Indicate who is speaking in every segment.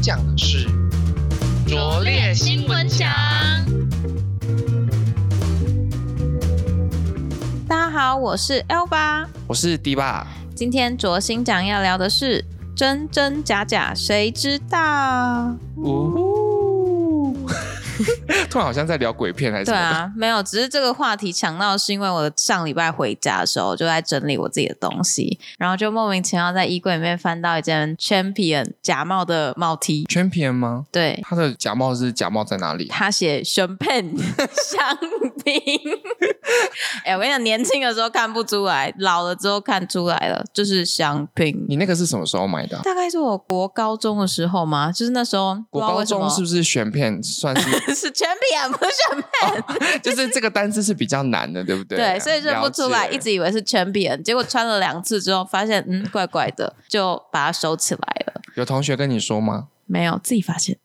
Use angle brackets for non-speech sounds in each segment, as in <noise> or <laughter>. Speaker 1: 奖的是
Speaker 2: 拙劣新闻奖。
Speaker 3: 大家好，我是 L 八。
Speaker 1: 我是迪爸。
Speaker 3: 今天卓新奖要聊的是真真假假，谁知道？
Speaker 1: 呜、 <laughs> 突然好像在聊鬼片还是什
Speaker 3: 对
Speaker 1: 么的？
Speaker 3: 啊，没有，只是这个话题抢到是因为我上礼拜回家的时候就在整理我自己的东西，然后就莫名其妙在衣柜里面翻到一件 Champion 假冒的帽 T，
Speaker 1: Champion 吗？
Speaker 3: 对。
Speaker 1: 他的假冒是假冒在哪里？
Speaker 3: 他写
Speaker 1: <laughs>
Speaker 3: champagne 香槟， <laughs> 哎、我跟你讲，年轻的时候看不出来，老了之后看出来了，就是香槟。
Speaker 1: 你那个是什么时候买的啊、
Speaker 3: 大概是我国高中的时候嘛，就是那时候
Speaker 1: 国高中是不
Speaker 3: 是
Speaker 1: 是选片算
Speaker 3: <laughs>
Speaker 1: 是？
Speaker 3: 是 champion 不是 champagne？、
Speaker 1: 就是这个单字是比较难的，对不对？啊
Speaker 3: 对，所以认不出来，
Speaker 1: 了解
Speaker 3: 一直以为是 champion，结果穿了两次之后发现嗯怪怪的，就把它收起来了。
Speaker 1: 有同学跟你说吗？
Speaker 3: 没有自己发现，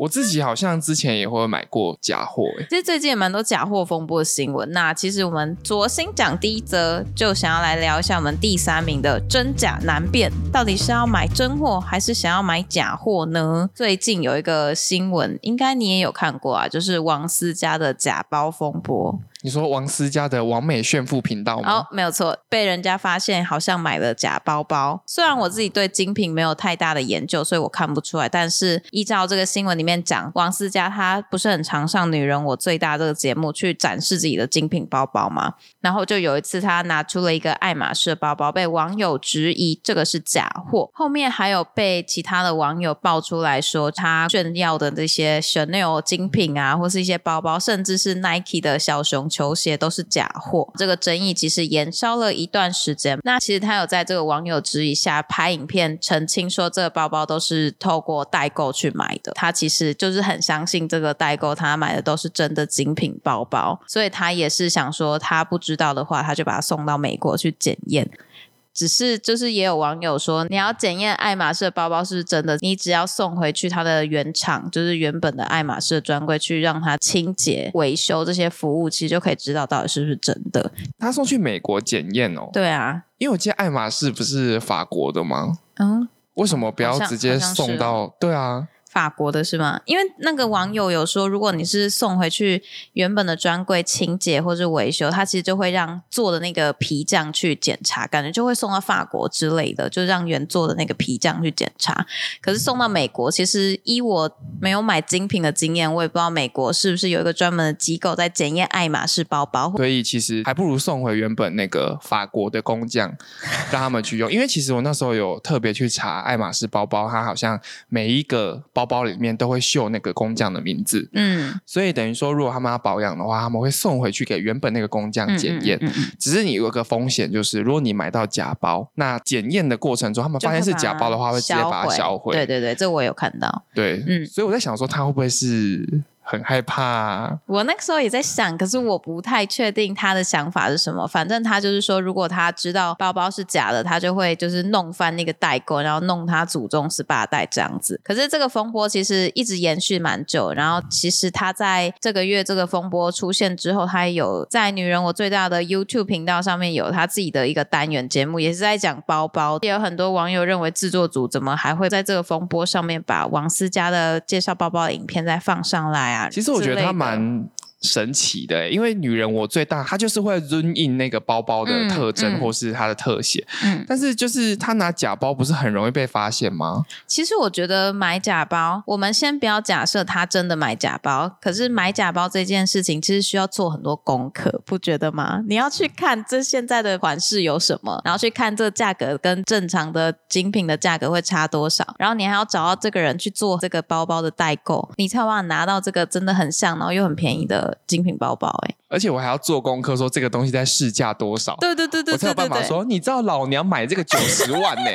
Speaker 1: 我自己好像之前也会买过假货、欸，
Speaker 3: 其实最近也蛮多假货风波的新闻。那其实我们昨新讲第一则，就想要来聊一下我们第三名的真假难辨，到底是要买真货还是想要买假货呢？最近有一个新闻，应该你也有看过啊，就是王思佳的假包风波。
Speaker 1: 你说王思佳的完美炫富频道吗
Speaker 3: 哦？，没有错，被人家发现好像买了假包包。虽然我自己对精品没有太大的研究，所以我看不出来。但是依照这个新闻里面讲，王思佳她不是很常上《女人我最大》这个节目去展示自己的精品包包吗？然后就有一次，她拿出了一个爱马仕的包包，被网友质疑这个是假货。后面还有被其他的网友爆出来说，她炫耀的这些 Chanel 精品啊，或是一些包包，甚至是 Nike 的小熊球鞋都是假货。这个争议其实延烧了一段时间。那其实她有在这个网友质疑下拍影片澄清说，这个包包都是透过代购去买的。她其实就是很相信这个代购，她买的都是真的精品包包，所以她也是想说，她不知道的话，她就把它送到美国去检验。只是就是也有网友说，你要检验爱马仕的包包是不是真的，你只要送回去它的原厂，就是原本的爱马仕的专柜去让它清洁、维修这些服务，其实就可以知道到底是不是真的。
Speaker 1: 他送去美国检验哦，
Speaker 3: 对啊，
Speaker 1: 因为我记得爱马仕不是法国的吗？
Speaker 3: 嗯，
Speaker 1: 为什么不要
Speaker 3: 好像
Speaker 1: 直接
Speaker 3: 好像是哦
Speaker 1: 送到？对啊，
Speaker 3: 法国的是吗？因为那个网友有说，如果你是送回去原本的专柜清洁或是维修，它其实就会让做的那个皮匠去检查，感觉就会送到法国之类的，就让原做的那个皮匠去检查。可是送到美国，其实依我没有买精品的经验，我也不知道美国是不是有一个专门的机构在检验爱马仕包包，或
Speaker 1: 所以其实还不如送回原本那个法国的工
Speaker 3: <laughs>
Speaker 1: 匠，让他们去用。因为其实我那时候有特别去查爱马仕包包，它好像每一个包包里面都会绣那个工匠的名字，
Speaker 3: 嗯，
Speaker 1: 所以等于说如果他们要保养的话，他们会送回去给原本那个工匠
Speaker 3: 嗯
Speaker 1: 检验。
Speaker 3: 嗯嗯嗯嗯
Speaker 1: 只是你有一个风险，就是如果你买到假包，那检验的过程中，他们发现是假包的话，会直接把它销毁。
Speaker 3: 对对对，这我有看到。
Speaker 1: 对
Speaker 3: 嗯
Speaker 1: 所以我在想说，他会不会是很害怕、啊
Speaker 3: 我那个时候也在想，可是我不太确定他的想法是什么。反正他就是说，如果他知道包包是假的，他就会就是弄翻那个代购，然后弄他祖宗十八代这样子。可是这个风波其实一直延续蛮久，然后其实他在这个月这个风波出现之后，他有在《女人我最大的》YouTube 频道上面有他自己的一个单元节目，也是在讲包包。也有很多网友认为制作组怎么还会在这个风波上面把王思佳的介绍包包的影片再放上来啊？
Speaker 1: 其实我觉得
Speaker 3: 之类
Speaker 1: 他
Speaker 3: 的
Speaker 1: 蛮神奇的、欸因为女人我最大，她就是会 run in 那个包包的
Speaker 3: 嗯
Speaker 1: 特征、
Speaker 3: 嗯
Speaker 1: 或是它的特写，
Speaker 3: 嗯
Speaker 1: 但是就是她拿假包不是很容易被发现吗？
Speaker 3: <clears throat> 其实我觉得买假包，我们先不要假设他真的买假包，可是买假包这件事情其实需要做很多功课，不觉得吗？你要去看这现在的款式有什么，然后去看这个价格跟正常的精品的价格会差多少，然后你还要找到这个人去做这个包包的代购，你才有办法拿到这个真的很像，然后又很便宜的精品包包、欸。哎，
Speaker 1: 而且我还要做功课，说这个东西在市价多少，
Speaker 3: 对对对对
Speaker 1: 我才
Speaker 3: 对
Speaker 1: 有办
Speaker 3: 对
Speaker 1: 法
Speaker 3: 对。
Speaker 1: 说，你知道老娘买这个九十万
Speaker 3: <laughs>
Speaker 1: 呢、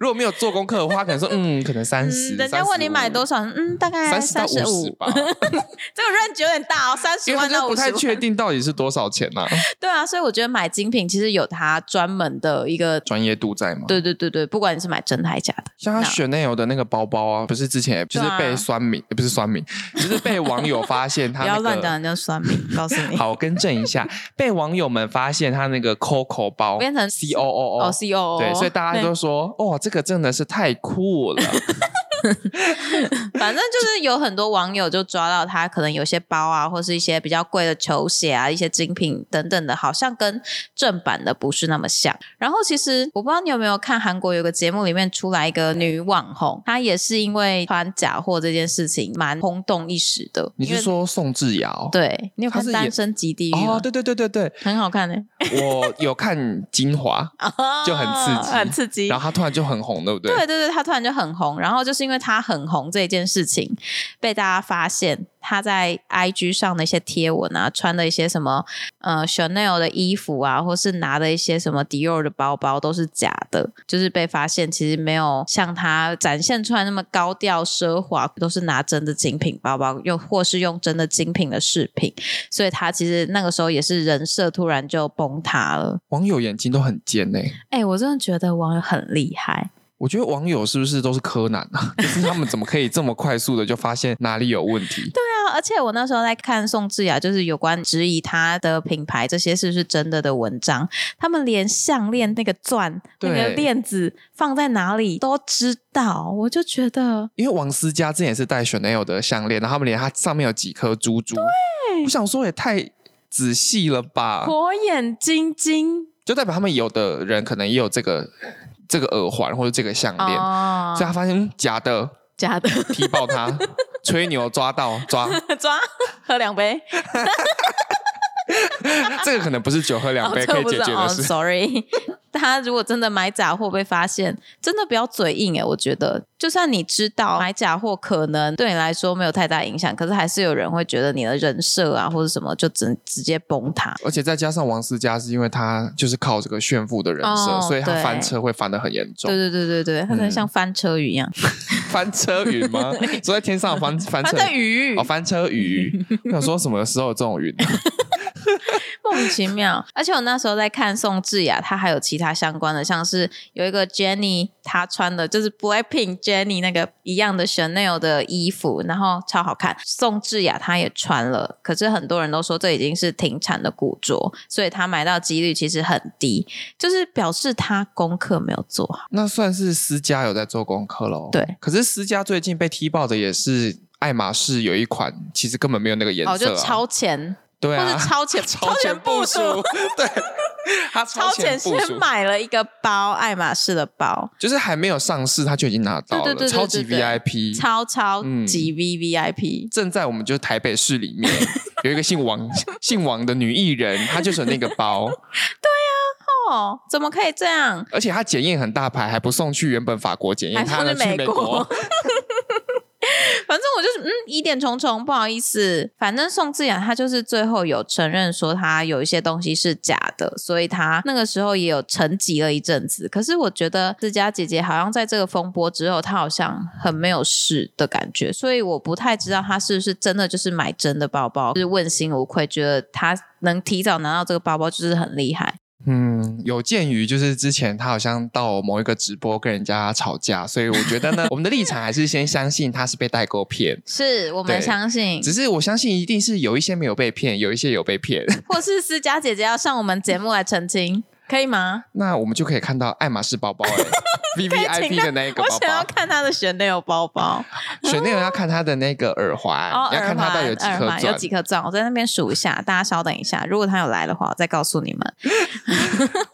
Speaker 1: 如果没有做功课的话，可能说嗯，可能三十、
Speaker 3: 嗯，人家问你买多
Speaker 1: 少，
Speaker 3: 少，嗯，大概
Speaker 1: 三十到
Speaker 3: 三十
Speaker 1: 五十
Speaker 3: 五，
Speaker 1: 吧，
Speaker 3: <laughs> 这个 range 有点大哦，三
Speaker 1: 因
Speaker 3: 十
Speaker 1: 为他
Speaker 3: 万
Speaker 1: 就
Speaker 3: 到
Speaker 1: 不
Speaker 3: 五十
Speaker 1: 太
Speaker 3: 万。
Speaker 1: 确定到底是多少钱呢、
Speaker 3: 对啊，所以我觉得买精品其实有它专门的一个，
Speaker 1: 专业度在吗？
Speaker 3: 对对对对，不管你是买真的还假的，
Speaker 1: 像他
Speaker 3: 那
Speaker 1: Chanel 的那个包包啊，不是之前就是
Speaker 3: 对
Speaker 1: 被
Speaker 3: 啊
Speaker 1: 酸民，呃不是酸民，就是被网友发
Speaker 3: <laughs>
Speaker 1: 现他、
Speaker 3: 不
Speaker 1: 那个、
Speaker 3: 要乱讲人家酸民，
Speaker 1: <laughs>
Speaker 3: 告诉你。
Speaker 1: 好，我更正一下，被网友们发现他那个 Coco 包
Speaker 3: 变成
Speaker 1: C O O O，、
Speaker 3: 哦，C O O，
Speaker 1: 对，所以大家都说哇，这个真的是太酷了。
Speaker 3: 反正就是有很多网友就抓到他，可能有些包啊，或是一些比较贵的球鞋啊，一些精品等等的，好像跟正版的不是那么像。然后其实我不知道你有没有看韩国有个节目里面出来一个女网红，她也是因为穿假货这件事情蛮轰动一时的。
Speaker 1: 你是
Speaker 3: 因为？
Speaker 1: 说宋智瑶？
Speaker 3: 对，你有
Speaker 1: 她
Speaker 3: 看
Speaker 1: 是
Speaker 3: 《
Speaker 1: 演
Speaker 3: 单身即地狱》
Speaker 1: 哦
Speaker 3: 吗，？
Speaker 1: 对对对对对，
Speaker 3: 很好看呢、欸
Speaker 1: 我有看精
Speaker 3: <laughs>
Speaker 1: 华，就很刺激
Speaker 3: 哦很刺激。
Speaker 1: 然后他突然就很红，对不对？
Speaker 3: 对对对，他突然就很红，然后就是因为他很红这件事情被大家发现，他在 IG 上的一些贴文啊，穿的一些什么呃 Chanel 的衣服啊，或是拿的一些什么 Dior 的包包都是假的，就是被发现其实没有像他展现出来那么高调奢华，都是拿真的精品包包，又或是用真的精品的饰品，所以他其实那个时候也是人设突然就崩塌了。
Speaker 1: 网友眼睛都很尖呢、
Speaker 3: 哎、我真的觉得网友很厉害。
Speaker 1: 我觉得网友是不是都是柯南啊？ <laughs> 就是他们怎么可以这么快速的就发现哪里有问题？
Speaker 3: 啊而且我那时候在看宋智雅，就是有关质疑她的品牌这些是不是真的的文章，他们连项链那个钻、那
Speaker 1: 对
Speaker 3: 个链子放在哪里都知道，我就觉得
Speaker 1: 因为王思佳之前也是戴 Chanel 的项链，然后他们连它上面有几颗珠珠，我想说也太仔细了吧？
Speaker 3: 火眼金睛
Speaker 1: 就代表他们有的人可能也有这个这个耳环或者这个项链，
Speaker 3: 哦
Speaker 1: 所以他发现嗯假的，
Speaker 3: 假的
Speaker 1: 踢爆他， <laughs> 吹牛抓到抓，
Speaker 3: <laughs>
Speaker 1: <laughs>
Speaker 3: 抓喝两杯，
Speaker 1: 这个可能不是酒喝两杯
Speaker 3: 哦这
Speaker 1: 可
Speaker 3: 我
Speaker 1: 以
Speaker 3: 不
Speaker 1: 解
Speaker 3: 知道
Speaker 1: 决的
Speaker 3: 哦
Speaker 1: 事。
Speaker 3: Sorry，大 <laughs> 家如果真的买假货被发现，真的不要嘴硬哎、我觉得，就算你知道买假货可能对你来说没有太大影响，可是还是有人会觉得你的人设啊或者什么就直直接崩塌。
Speaker 1: 而且再加上王思佳是因为她就是靠这个炫富的人设，
Speaker 3: 哦
Speaker 1: 所以她
Speaker 3: 对
Speaker 1: 翻车会翻得很严重
Speaker 3: 对。对对对对，它
Speaker 1: 嗯
Speaker 3: 才像翻车鱼一样，
Speaker 1: 翻车云
Speaker 3: <laughs>
Speaker 1: 吗？坐在天上翻翻
Speaker 3: 翻
Speaker 1: 车
Speaker 3: 车鱼
Speaker 1: 哦，翻车
Speaker 3: <laughs>
Speaker 1: 鱼。我想说什么时候有这种云？
Speaker 3: 莫名其妙。而且我那时候在看宋智雅，她还有其他相关的，像是有一个 Jenny，她穿的就是 Blackpink Jenny 那个一样的 Chanel 的衣服，然后超好看。宋智雅她也穿了，可是很多人都说这已经是停产的古着，所以她买到几率其实很低，就是表示她功课没有做好。
Speaker 1: 那算是思佳有在做功课喽。
Speaker 3: 对，
Speaker 1: 可是思佳最近被踢爆的也是爱马仕有一款，其实根本没有那个颜色、啊，
Speaker 3: 哦，就超前，
Speaker 1: 对
Speaker 3: 或
Speaker 1: 啊，
Speaker 3: 是超前，
Speaker 1: <laughs> 超前
Speaker 3: 部
Speaker 1: 部
Speaker 3: 署
Speaker 1: 署，对，他超
Speaker 3: <laughs> 超前
Speaker 1: 前部署
Speaker 3: 先，买了一个包，爱马仕的包，
Speaker 1: 就是还没有上市他就已经拿到了，
Speaker 3: 对对对对
Speaker 1: 超级
Speaker 3: 对对
Speaker 1: VIP。
Speaker 3: 超超
Speaker 1: 嗯
Speaker 3: 级 V V I P，、
Speaker 1: 正在我们就是台北市里
Speaker 3: <laughs>
Speaker 1: 面有一个姓王姓王的女艺人，她就是有那个包，
Speaker 3: 哦，怎么可以这样？
Speaker 1: 而且她检验很大牌，还不送去原本法国检验，
Speaker 3: 还送
Speaker 1: 她呢
Speaker 3: 去
Speaker 1: 去
Speaker 3: 美
Speaker 1: 美
Speaker 3: 国
Speaker 1: 国。
Speaker 3: <laughs> 反正我就是嗯疑点重重，不好意思。反正宋智雅她就是最后有承认说她有一些东西是假的，所以她那个时候也有沉寂了一阵子。可是我觉得自家姐姐好像在这个风波之后，她好像很没有事的感觉，所以我不太知道她是不是真的就是买真的包包，就是问心无愧，觉得她能提早拿到这个包包就是很厉害。
Speaker 1: 嗯，有鉴于就是之前他好像到某一个直播跟人家吵架，所以我觉得呢，
Speaker 3: <laughs>
Speaker 1: 我们的立场还是先相信他是被代购骗。
Speaker 3: 是我们
Speaker 1: 对
Speaker 3: 相信，
Speaker 1: 只是我相信一定是有一些没有被骗，有一些有被骗。
Speaker 3: 或是思佳姐姐要上我们节目来澄清，可以吗？
Speaker 1: 那我们就可以看到爱马仕包
Speaker 3: <laughs>
Speaker 1: 包、欸、V V
Speaker 3: 可
Speaker 1: I
Speaker 3: 以请
Speaker 1: P
Speaker 3: 他
Speaker 1: 的那一个
Speaker 3: 我
Speaker 1: 包
Speaker 3: 想要
Speaker 1: 包，
Speaker 3: 看她的 Chanel 包包，
Speaker 1: 选那个要看他的那个耳环，
Speaker 3: 哦，
Speaker 1: 要
Speaker 3: 耳
Speaker 1: 看他到底有
Speaker 3: 环，
Speaker 1: 几
Speaker 3: 耳
Speaker 1: 颗
Speaker 3: 环有
Speaker 1: 钻。
Speaker 3: 几颗钻，我在那边数一下，大家稍等一下，如果她有来的话，我再告诉你们。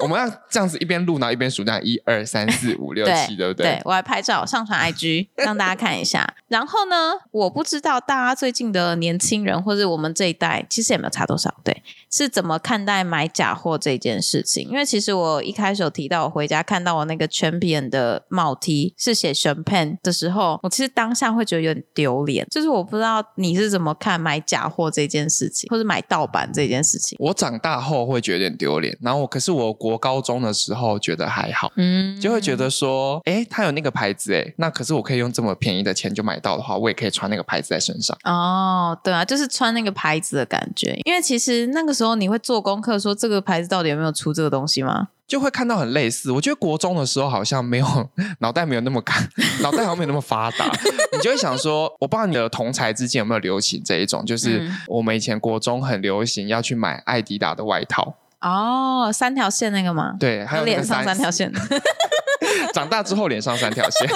Speaker 1: 我们要这样子一边录，然后一边数，这样一二三四五六七，对不对？
Speaker 3: 对我还拍照上
Speaker 1: <laughs>
Speaker 3: 传 IG 让大家看一下。然后呢，我不知道大家最近的年轻人，或者我们这一代，其实也没有差多少，对，是怎么看待买假货这件事情？因为其实我一开始有提到，我回家看到我那个 Champion 的帽 T 是写 Champagne 的时候，我其实当下会觉得有点丢脸，就是我不知道你是怎么看买假货这件事情，或者买盗版这件事情。
Speaker 1: 我长大后会觉得有点丢脸，然后我可是我国高中的时候觉得还好。
Speaker 3: 嗯
Speaker 1: 就会觉得说，哎、他有那个牌子，哎，那可是我可以用这么便宜的钱就买到的话，我也可以穿那个牌子在身上。
Speaker 3: 哦，对啊，就是穿那个牌子的感觉，因为其实那个时候你会做功课，说这个牌子到底有没有出这个东西吗？
Speaker 1: 就会看到很类似，我觉得国中的时候好像没有 <laughs> 脑袋没有那么干， <laughs> 脑袋好像没有那么发
Speaker 3: <laughs>
Speaker 1: 达，你就会想说，我不知道你的同才之间有没有流行这一种，就是
Speaker 3: 嗯
Speaker 1: 我们以前国中很流行要去买艾迪达的外套，
Speaker 3: 哦，三条线那个吗？
Speaker 1: 对，还有那
Speaker 3: 脸
Speaker 1: 个
Speaker 3: 上三条线，
Speaker 1: <laughs> 长大之后脸上三条线，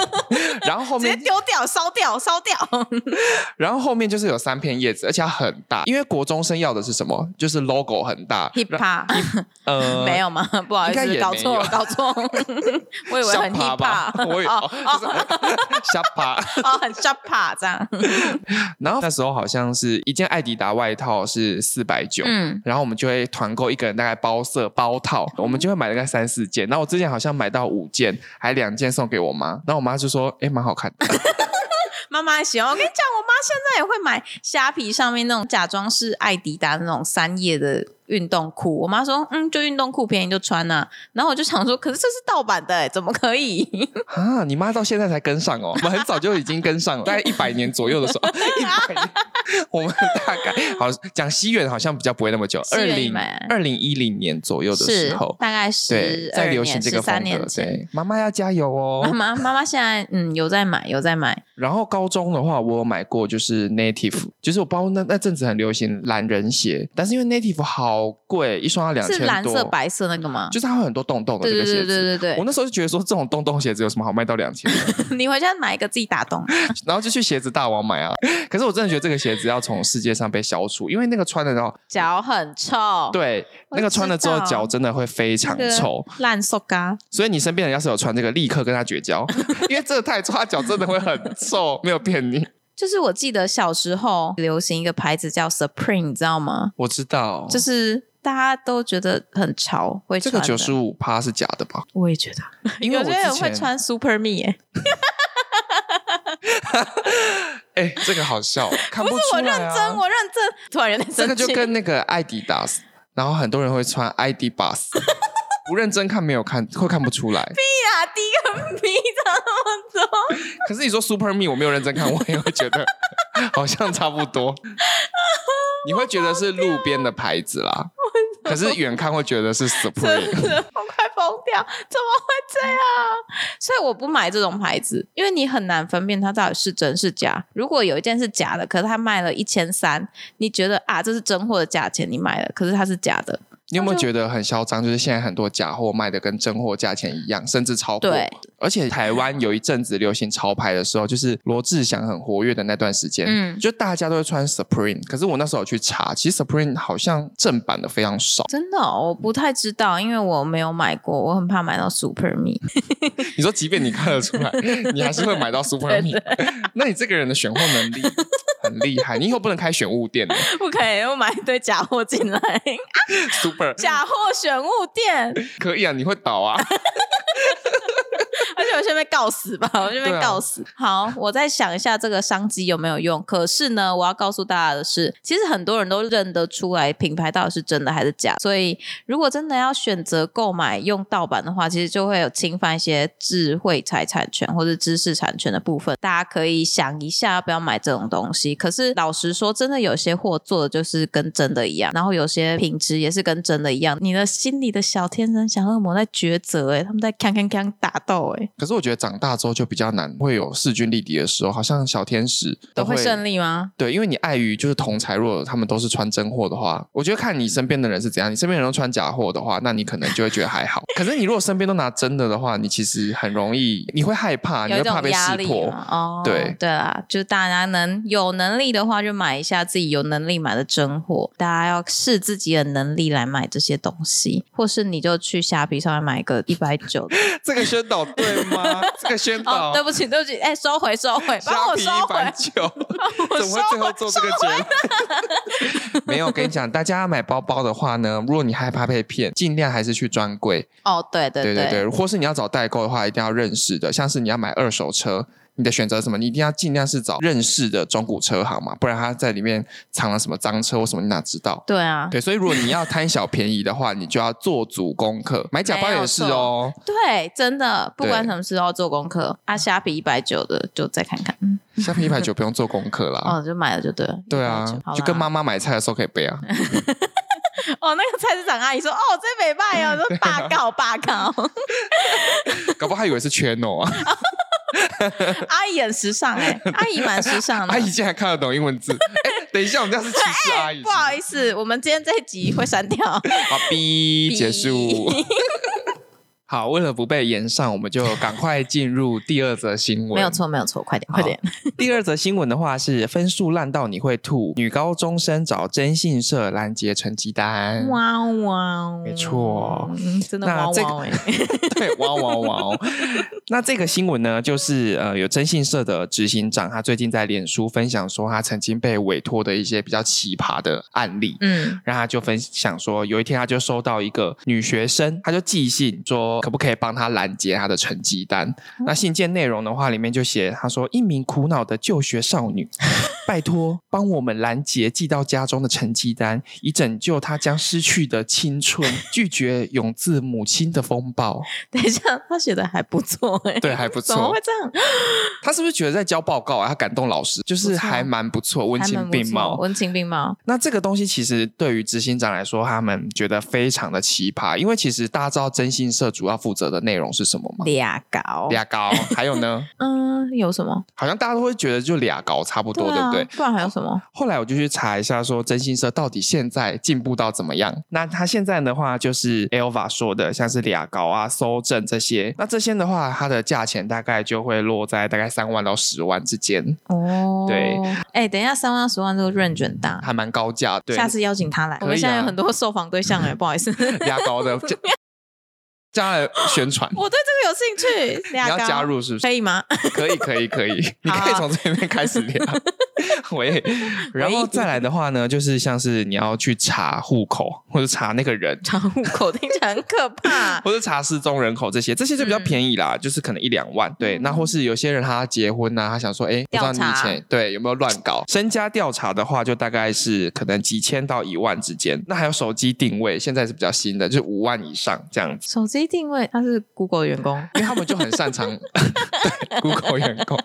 Speaker 1: 然后后
Speaker 3: <laughs> 直接
Speaker 1: 面，
Speaker 3: 丢掉、烧掉、烧
Speaker 1: <laughs>
Speaker 3: 掉。
Speaker 1: 然后后面就是有三片叶子，而且它很大，因为国中生要的是什么？就是 logo 很大
Speaker 3: hip hop
Speaker 1: 呃，
Speaker 3: 没有吗？不好意
Speaker 1: 应该也没
Speaker 3: 思，
Speaker 1: 有
Speaker 3: 搞
Speaker 1: <laughs>
Speaker 3: 错，搞错。我以为
Speaker 1: 下
Speaker 3: 很
Speaker 1: 趴
Speaker 3: hip
Speaker 1: 吧，<laughs>
Speaker 3: hop，
Speaker 1: 我以为
Speaker 3: 哦
Speaker 1: 哦就是 <laughs> 下趴。
Speaker 3: 哦，很 s h a p a
Speaker 1: <laughs>
Speaker 3: 这样。
Speaker 1: 然后那时候好像是一件艾迪达外套是四百九，
Speaker 3: 嗯，
Speaker 1: 然后我们就会团购一个人大概包色包套，我们就会买大概三四件。然后我之前好像买到五件，还两件送给我妈，然后我妈就说：“哎，蛮好看的。 <laughs>
Speaker 3: 妈妈也喜欢。我跟你讲，我妈现在也会买虾皮上面那种假装是艾迪达那种三叶的运动裤。我妈说，嗯，就运动裤便宜就穿呐、然后我就想说，可是这是盗版的、欸，怎么可
Speaker 1: <laughs>
Speaker 3: 以？”
Speaker 1: 啊，你妈到现在才跟上哦，我 <laughs> 们很早就已经跟上了，大概一百年左右的时候，
Speaker 3: <laughs>
Speaker 1: 一百年，我们大概好讲西元好像比较不会那么久，
Speaker 3: 西
Speaker 1: 二
Speaker 3: 元一
Speaker 1: 零
Speaker 3: 百
Speaker 1: 二零一零年左右的时
Speaker 3: 是
Speaker 1: 候，
Speaker 3: 大概
Speaker 1: 对
Speaker 3: 十，
Speaker 1: 在
Speaker 3: 二
Speaker 1: 流行
Speaker 3: 年、
Speaker 1: 这个
Speaker 3: 十
Speaker 1: 风
Speaker 3: 三年
Speaker 1: 格，
Speaker 3: 前。
Speaker 1: 对，妈妈要加油哦
Speaker 3: 妈。妈，妈妈现在嗯有在买，有在买，
Speaker 1: <laughs> 然后高中的话，我有买过就是 Native，就是我包那那阵子很流行懒人鞋，但是因为 Native 好贵，一双要两千
Speaker 3: 是
Speaker 1: 多，
Speaker 3: 蓝色、白色那个
Speaker 1: <laughs>
Speaker 3: 吗？
Speaker 1: 就是它会有很多洞洞的
Speaker 3: 对
Speaker 1: 这个
Speaker 3: 对
Speaker 1: 鞋
Speaker 3: 对
Speaker 1: 子。
Speaker 3: 对对
Speaker 1: 我那时候就觉得说，这种洞洞鞋子有什么好卖到两 <laughs> 千？
Speaker 3: 对，你回家买一个自己打洞。
Speaker 1: 然后就去鞋子大王买啊。可是我真的觉得这个鞋子要从世界上被消除，因为那个穿了之后，
Speaker 3: 脚很臭，，
Speaker 1: 对， <laughs>
Speaker 3: 我
Speaker 1: 那个穿了之后
Speaker 3: 知道
Speaker 1: 脚真的会非常
Speaker 3: 那个
Speaker 1: 臭。
Speaker 3: 烂塑嘎。
Speaker 1: 所以你身边人要是有穿这个，立刻跟他绝交，因为这个太臭，他脚真的会很臭，没有骗你。
Speaker 3: 就是我记得小时候流行一个牌子叫 Supreme，你知道吗？
Speaker 1: 我知道，
Speaker 3: 就是大家都觉得很潮，会
Speaker 1: 这
Speaker 3: 穿
Speaker 1: 个
Speaker 3: 的。
Speaker 1: 九十五趴是假的吧？
Speaker 3: 我也觉得，
Speaker 1: <laughs> 因为我
Speaker 3: 有些人
Speaker 1: 之
Speaker 3: 会
Speaker 1: 前
Speaker 3: 穿 Super Me，耶、
Speaker 1: 哎、这个好笑，看
Speaker 3: 不是
Speaker 1: 出
Speaker 3: 我
Speaker 1: 来
Speaker 3: 认
Speaker 1: 啊。
Speaker 3: 真，我认真，突然有点生气。
Speaker 1: 这个就跟那个艾迪达斯，然后很多人会穿艾迪巴斯，不认真看没有看会看不出来。
Speaker 3: 呀，第一
Speaker 1: <laughs>
Speaker 3: 个 B 差那么多，
Speaker 1: 可是你说 Super Me，我没有认真看，我也会觉得 <laughs> 好像差不多。你会觉得是路边的牌子啦，可是远看会觉得是 Supreme。
Speaker 3: 真的，我快疯掉，怎么会这样？所以我不买这种牌子，因为你很难分辨它到底是真是假。如果有一件是假的，可是它卖了一千三，你觉得啊这是真货的价钱，你买了，可是它是假的，
Speaker 1: 你有没有觉得很嚣张？就是现在很多假货卖的跟真货价钱一样，甚至超过。
Speaker 3: 嗯对，
Speaker 1: 而且台湾有一阵子流行潮牌的时候，就是罗志祥很活跃的那段时间，
Speaker 3: 嗯。
Speaker 1: 就大家都会穿 Supreme。可是我那时候有去查，其实 Supreme 好像正版的非常少
Speaker 3: <laughs> 真的哦、我不太知道，因为我没有买过，我很怕买到 Super Me。
Speaker 1: 你说，即便你看得出
Speaker 3: <laughs>
Speaker 1: 来，你还是会买到 Supreme。那你这个人的选货能
Speaker 3: <laughs>
Speaker 1: 力很厉害，你以后不能开选物店了。
Speaker 3: 不可以，我买一堆假货进来，
Speaker 1: Super
Speaker 3: 假货选物店，
Speaker 1: 可以啊，你会倒
Speaker 3: <laughs>
Speaker 1: 啊。
Speaker 3: 而且我先被告死吧，我先被
Speaker 1: 对啊
Speaker 3: 告死。好，我再想一下这个商机有没有用。可是呢，我要告诉大家的是，其实很多人都认得出来品牌到底是真的还是假，所以如果真的要选择购买用盗版的话，其实就会有侵犯一些智慧财产权或者知识产权的部分。大家可以想一下要不要买这种东西。可是老实说，真的有些货做的就是跟真的一样，然后有些品质也是跟真的一样。你的心里的小天神、小恶魔在抉择、欸，他们在锵锵锵打斗、欸，
Speaker 1: 可是我觉得长大之后就比较难，会有势均力敌的时候，好像小天使
Speaker 3: 都会
Speaker 1: 会
Speaker 3: 胜利吗？
Speaker 1: 对，因为你碍于就是同才，如果他们都是穿真货的话，我觉得看你身边的人是怎样。你身边的人都穿假货的话，那你可能就会觉得还好。可是你如果身边都拿真的的话，你其实很容易，你会害怕，啊你
Speaker 3: 有一
Speaker 1: 会怕
Speaker 3: 种
Speaker 1: 被
Speaker 3: 压
Speaker 1: 识
Speaker 3: 力
Speaker 1: 破。
Speaker 3: 嘛哦，
Speaker 1: 对
Speaker 3: 对啦，就大家能有能力的话，就买一下自己有能力买的真货。大家要视自己的能力来买这些东西，或是你就去虾皮上面买一个一百九。
Speaker 1: <laughs> 这个宣
Speaker 3: <laughs>
Speaker 1: 导对吗？这个宣
Speaker 3: 哦
Speaker 1: 导，，
Speaker 3: 对不起，对不起，哎，收回，收回，帮
Speaker 1: 虾
Speaker 3: 我
Speaker 1: 皮
Speaker 3: 收
Speaker 1: 一
Speaker 3: 回 <laughs>
Speaker 1: 百，九，
Speaker 3: 我
Speaker 1: 怎么会最后做这个结
Speaker 3: <laughs>
Speaker 1: 论？没有，我跟你讲，大家买包包的话呢，如果你害怕被骗，尽量还是去专柜。
Speaker 3: 哦，对对
Speaker 1: 对对对，或是你要找代购的话，一定要认识的，像是你要买二手车，你的选择是什么，你一定要尽量是找认识的中古车行嘛，不然他在里面藏了什么脏车或什么，你哪知道？
Speaker 3: 对啊，
Speaker 1: 对，所以如果你要贪小便宜的话，你就要做足功课，买假包也是哦。
Speaker 3: 对，真的，不
Speaker 1: 对
Speaker 3: 管什么事都要做功课。啊，虾皮一百九的就再看看，
Speaker 1: 像皮牌酒不用做功课啦。
Speaker 3: 哦，就买了就对了。
Speaker 1: 嗯对啊
Speaker 3: 190好，啦
Speaker 1: 就跟妈妈买菜的时候可以背
Speaker 3: <laughs>
Speaker 1: 啊。
Speaker 3: 哦，那个菜市场阿姨说，哦，这没卖
Speaker 1: <laughs>
Speaker 3: 哦，说
Speaker 1: 啊
Speaker 3: 罢告罢告。
Speaker 1: 搞不好她以为是 channel 啊，
Speaker 3: 阿姨很时
Speaker 1: <laughs>
Speaker 3: 尚哎、阿姨蛮时尚的。
Speaker 1: 阿姨竟然看得懂英文字。哎，等一下，我们家是歧视阿姨。
Speaker 3: <laughs> 不好意
Speaker 1: <laughs>
Speaker 3: 思，我们今天这一集会删掉。
Speaker 1: 好，B 结束。 <laughs> 好，为了不被延上，我们就赶快进入第二则新闻。
Speaker 3: 没有错，没有错，快点，快点！
Speaker 1: <laughs> 第二则新闻的话是分数烂到你会吐，女高中生找征信社拦截成绩单。
Speaker 3: 哇哇，
Speaker 1: 没错
Speaker 3: 嗯，真的
Speaker 1: 那
Speaker 3: 哇
Speaker 1: 这个 <laughs>
Speaker 3: 哇哎，
Speaker 1: 对，哇哇哇哦！那这个新闻呢，就是呃，有征信社的执行长，他最近在脸书分享说，他曾经被委托的一些比较奇葩的案例。
Speaker 3: <laughs> 嗯
Speaker 1: 然后他就分享说，有一天他就收到一个女学生，他就寄信说，可不可以帮他拦截她的成绩单？那信件内容的话，里面就写，他说一名苦恼的就学少
Speaker 3: <laughs>
Speaker 1: 女，拜托帮我们拦截寄到家中的成绩单，以拯救她将失去的青春，拒绝永自母亲的风
Speaker 3: <laughs>
Speaker 1: 暴。
Speaker 3: 等一下，他写的还不错哎，
Speaker 1: 对，还不
Speaker 3: 怎么
Speaker 1: 错
Speaker 3: 会。这样？
Speaker 1: 他是不是觉得在交报告啊？他感动老师，就是
Speaker 3: 不错啊
Speaker 1: 还蛮不错，文
Speaker 3: 还蛮
Speaker 1: 情
Speaker 3: 不
Speaker 1: 并
Speaker 3: 错
Speaker 1: 茂。
Speaker 3: 文情并茂，
Speaker 1: 那这个东西其实对于执行长来说，他们觉得非常的奇葩，因为其实大家知道征信社主要负责的内容是什么吗？
Speaker 3: 俩高，
Speaker 1: 俩高，还有呢，
Speaker 3: 嗯，有什么？
Speaker 1: 好像大家都会觉得就俩高差不多，对
Speaker 3: 啊
Speaker 1: 不对？
Speaker 3: 不然还有什么？
Speaker 1: 后来我就去查一下，说征信社到底现在进步到怎么样？那他现在的话，就是 Elva 说的，像是俩高啊、搜证这些，那这些的话，它的价钱大概就会落在大概三万到十万之间，
Speaker 3: 哦，
Speaker 1: 对，
Speaker 3: 哎，等一下，三万到十万这个 range 很大，
Speaker 1: 还蛮高价。对，
Speaker 3: 下次邀请他来。
Speaker 1: 可以啊
Speaker 3: 我们现在有很多受访对象哎，不好意思，
Speaker 1: <laughs> 俩高的加加了宣传。
Speaker 3: 我对这个有兴趣。
Speaker 1: <laughs> 你
Speaker 3: 你
Speaker 1: 要加入是不是？
Speaker 3: 可以吗？
Speaker 1: <laughs> 可以，可以，可以，你可以从这边开始聊。喂，然后再来的话呢，就是像是你要去查户口，或者查那个人，
Speaker 3: 查户口听起来很可
Speaker 1: <laughs>
Speaker 3: 怕。
Speaker 1: 或者查失踪人口这些，这些就比较便宜啦，就是可能一两万。对，那或是有些人他结婚呐、他想说，哎，不知道你以前对有没有乱搞？身家调查的话，就大概是可能几千到一万之间。那还有手机定位，现在是比较新的，就是五万以上这样子。
Speaker 3: 手机定位，他是 Google 的员工，
Speaker 1: 因为他们就很擅长 <laughs> 对 Google 员工，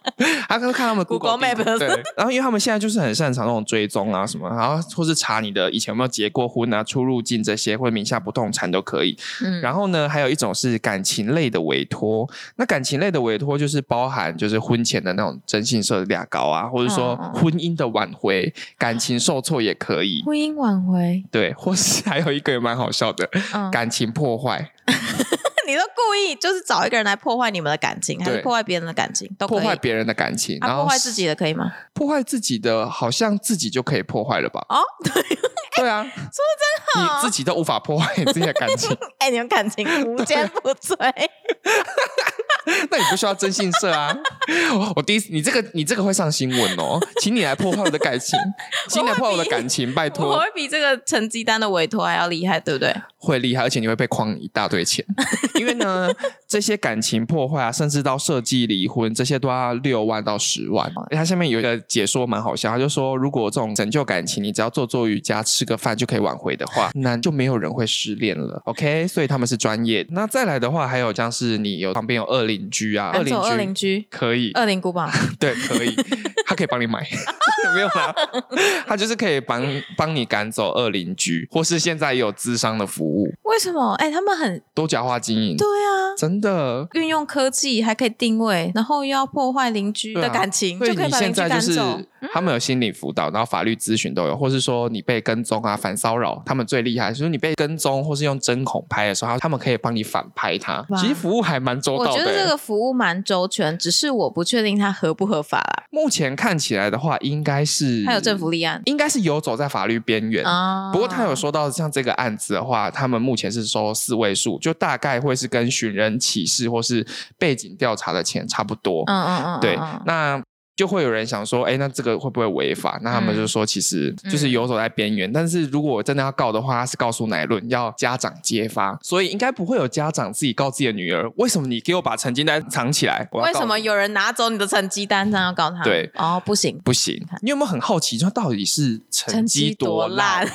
Speaker 1: 他可能看他们
Speaker 3: Google
Speaker 1: Google
Speaker 3: Map
Speaker 1: 对，然后因为他们现在就是很擅长那种追踪啊什么，然后或是查你的以前有没有结过婚啊、出入境这些，或者名下不动产都可以。
Speaker 3: 嗯，
Speaker 1: 然后呢，还有一种是感情类的委托，那感情类的委托就是包含就是婚前的那种征信社的俩搞啊，或者说
Speaker 3: 嗯嗯
Speaker 1: 婚姻的挽回、感情受挫也可以。
Speaker 3: 婚姻挽回，
Speaker 1: 对，或是还有一个也蛮好笑的，
Speaker 3: 嗯，
Speaker 1: 感情破坏，
Speaker 3: <laughs> 你都故意就是找一个人来破坏你们的感情，还是
Speaker 1: 对
Speaker 3: 破坏别人的感情，都可
Speaker 1: 破
Speaker 3: 以。
Speaker 1: 坏别人的感情，
Speaker 3: 啊，
Speaker 1: 然后
Speaker 3: 破坏自己的可
Speaker 1: <laughs>
Speaker 3: 以吗？
Speaker 1: 破坏自己的，好像自己就可以破坏了吧？
Speaker 3: 哦， <laughs>
Speaker 1: 对啊，说的真你
Speaker 3: 好
Speaker 1: 自己都无法破坏你自己的感 <laughs> 情，
Speaker 3: 哎、你们感情无坚不摧，
Speaker 1: 那你不需要征信社啊。我第一次，你这个你这个会上新闻哦，请你来破坏我的感情，请你来破坏我的感情，拜
Speaker 3: 我
Speaker 1: 托，
Speaker 3: 会比这个成绩单的委托还要厉害，对不对？
Speaker 1: 会厉害，而且你会被框一大堆钱， <laughs> 因为呢，这些感情破坏啊，甚至到设计离婚，这些都要六万到十万。他下面有一个解说蛮好笑，他就说，如果这种拯救感情，你只要做做瑜伽、吃个饭就可以挽回的 <laughs> 话，那就没有人会失恋了。OK，所以他们是专业。那再来的话，还有像是你有旁边有恶邻居啊，恶
Speaker 3: 赶走二
Speaker 1: 邻
Speaker 3: 邻
Speaker 1: 居 <laughs> 呃
Speaker 3: 居，
Speaker 1: 可以，
Speaker 3: 二邻古堡，
Speaker 1: 对，可以，他可以帮 <laughs> 你买，没有啦，他就是可以帮帮你赶走恶邻居，或是现在也有智商的服务，
Speaker 3: 为什么？哎、他们很
Speaker 1: 多角化经营
Speaker 3: 对，啊。
Speaker 1: 真的。
Speaker 3: 运用科技还可以定位，然后又要破坏邻居
Speaker 1: 对
Speaker 3: 的
Speaker 1: 啊
Speaker 3: 感情，
Speaker 1: 所以
Speaker 3: 就可
Speaker 1: 你
Speaker 3: 以把
Speaker 1: 现
Speaker 3: 邻居
Speaker 1: 在
Speaker 3: 赶
Speaker 1: 就是
Speaker 3: 走。嗯
Speaker 1: 他们有心理辅导，然后法律咨询都有，或是说你被跟踪啊、反骚扰，他们最厉害，就是你被跟踪或是用针孔拍的时候，他们可以帮你反拍它。
Speaker 3: 哇
Speaker 1: 其实服务还蛮周
Speaker 3: 我
Speaker 1: 到
Speaker 3: 觉
Speaker 1: 的、
Speaker 3: 得这
Speaker 1: 欸。
Speaker 3: 个服务蛮周全，只是我不确定它合不合法啦。
Speaker 1: 目前看起来的话，应该是
Speaker 3: 还有政府立案
Speaker 1: 应该是游走在法律边缘。
Speaker 3: 啊，
Speaker 1: 嗯不过他有说到，像这个案子的话，他们目前是收四位数，就大概会是跟寻人启事或是背景调查的钱差不多。
Speaker 3: 嗯，嗯嗯嗯，
Speaker 1: 对
Speaker 3: 嗯，
Speaker 1: 那就会有人想说，哎，那这个会不会违法？那他们
Speaker 3: 嗯
Speaker 1: 就说，其实就是游走在边缘。但是如果真的要告的话，他是告诉乃论要家长揭发，所以应该不会有家长自己告自己的女儿，为什么你给我把成绩单藏起来？我要
Speaker 3: 为
Speaker 1: 告
Speaker 3: 什么
Speaker 1: 你
Speaker 3: 有人拿走你的成绩单，这样要告他？
Speaker 1: 对
Speaker 3: 哦，不行，
Speaker 1: 不行？你有没有很好奇，就到底是成
Speaker 3: 成
Speaker 1: 绩
Speaker 3: 绩多
Speaker 1: 烂
Speaker 3: 烂，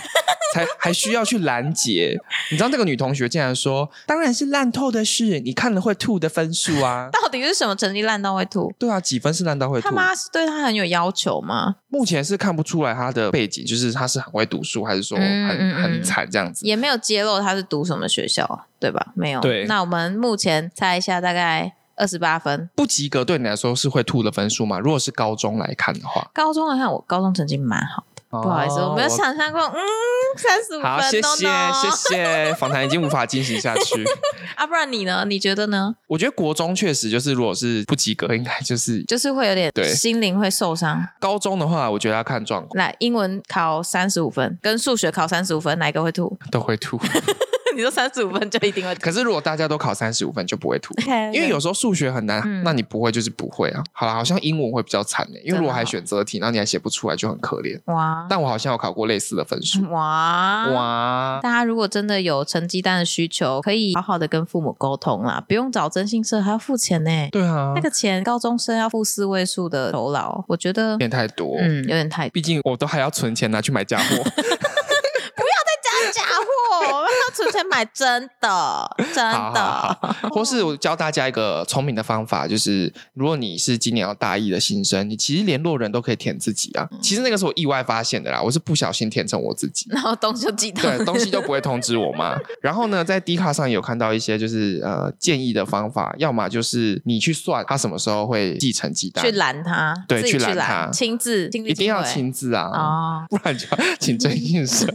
Speaker 1: 才还需要去拦截？你知道那个女同学竟然说，当然是烂透的事，你看了会吐的分数啊。 <laughs>
Speaker 3: 到底是什么成绩烂到会吐？
Speaker 1: 对啊，几分是烂到会
Speaker 3: 他
Speaker 1: 吐？
Speaker 3: 妈是对他很有要求吗？
Speaker 1: 目前是看不出来他的背景，就是他是很会读书，还是说很、
Speaker 3: 嗯嗯嗯
Speaker 1: 很惨这样子？
Speaker 3: 也没有揭露他是读什么学校，啊对吧？没有。
Speaker 1: 对
Speaker 3: 那我们目前猜一下，大概二十八分。
Speaker 1: 不及格对你来说是会吐的分数吗？如果是高中来看的话，
Speaker 3: 高中来看，我高中成绩蛮好的，
Speaker 1: 不
Speaker 3: 不好意思，我没有想象过，嗯，三十五
Speaker 1: 哦好，
Speaker 3: 分哦
Speaker 1: 谢
Speaker 3: 钟
Speaker 1: 谢谢
Speaker 3: <laughs>
Speaker 1: 谢，访谈已经无法进行下去。 <laughs>
Speaker 3: 啊，不然你呢？你觉得呢？
Speaker 1: 我觉得国中确实就是，如果是不及格，应该就是
Speaker 3: 就是会有点
Speaker 1: 对
Speaker 3: 心灵会受伤。
Speaker 1: 高中的话，我觉得要看状况，
Speaker 3: 来，英文考三十五分，跟数学考三十五分，哪一个会吐？ <laughs>
Speaker 1: 都会吐。 <laughs>
Speaker 3: 你说三十五分就一定会吐？
Speaker 1: 可是如果大家都考三十五分，就不会吐。因为有时候数学很难，
Speaker 3: 嗯
Speaker 1: 那你不会就是不会啊。好了，好像英文会比较惨呢、欸因
Speaker 3: 真
Speaker 1: 为
Speaker 3: 的
Speaker 1: 如果还
Speaker 3: 哦
Speaker 1: 选择题，然后你还写不出来，就很可怜。
Speaker 3: 哇
Speaker 1: 但我好像有考过类似的分数。
Speaker 3: 哇！
Speaker 1: 哇，
Speaker 3: 大家如果真的有成绩单的需求，可以好好的跟父母沟通啦，不用找征信社，还要付钱呢、
Speaker 1: 对啊，
Speaker 3: <laughs> 那个嗯钱高中生要付四位数的酬劳，我觉得
Speaker 1: 有点太多。
Speaker 3: <laughs> 嗯有点太
Speaker 1: 毕竟我都还要存钱拿去买假货，
Speaker 3: 真假货，我们要存钱买真的，真的。
Speaker 1: 好好好或是我教大家一个聪明的方法，就是如果你是今年要大一的新生，你其实联络人都可以填自己啊。
Speaker 3: 嗯
Speaker 1: 其实那个是我意外发现的啦，我是不小心填成我自
Speaker 3: <laughs>
Speaker 1: 己。
Speaker 3: <laughs> 然后东西就寄到，
Speaker 1: 对，东西就不会通知我妈。然后呢，在 D 卡上有看到一些就是呃建议的方法，要么就是你去算他什么时候会寄成鸡蛋
Speaker 3: 去，拦他，
Speaker 1: 对
Speaker 3: 自己去
Speaker 1: 去拦他
Speaker 3: 亲自亲力
Speaker 1: 一定要
Speaker 3: 为
Speaker 1: 亲自啊，
Speaker 3: 哦，
Speaker 1: 不然就要请真
Speaker 3: <laughs>
Speaker 1: 应生，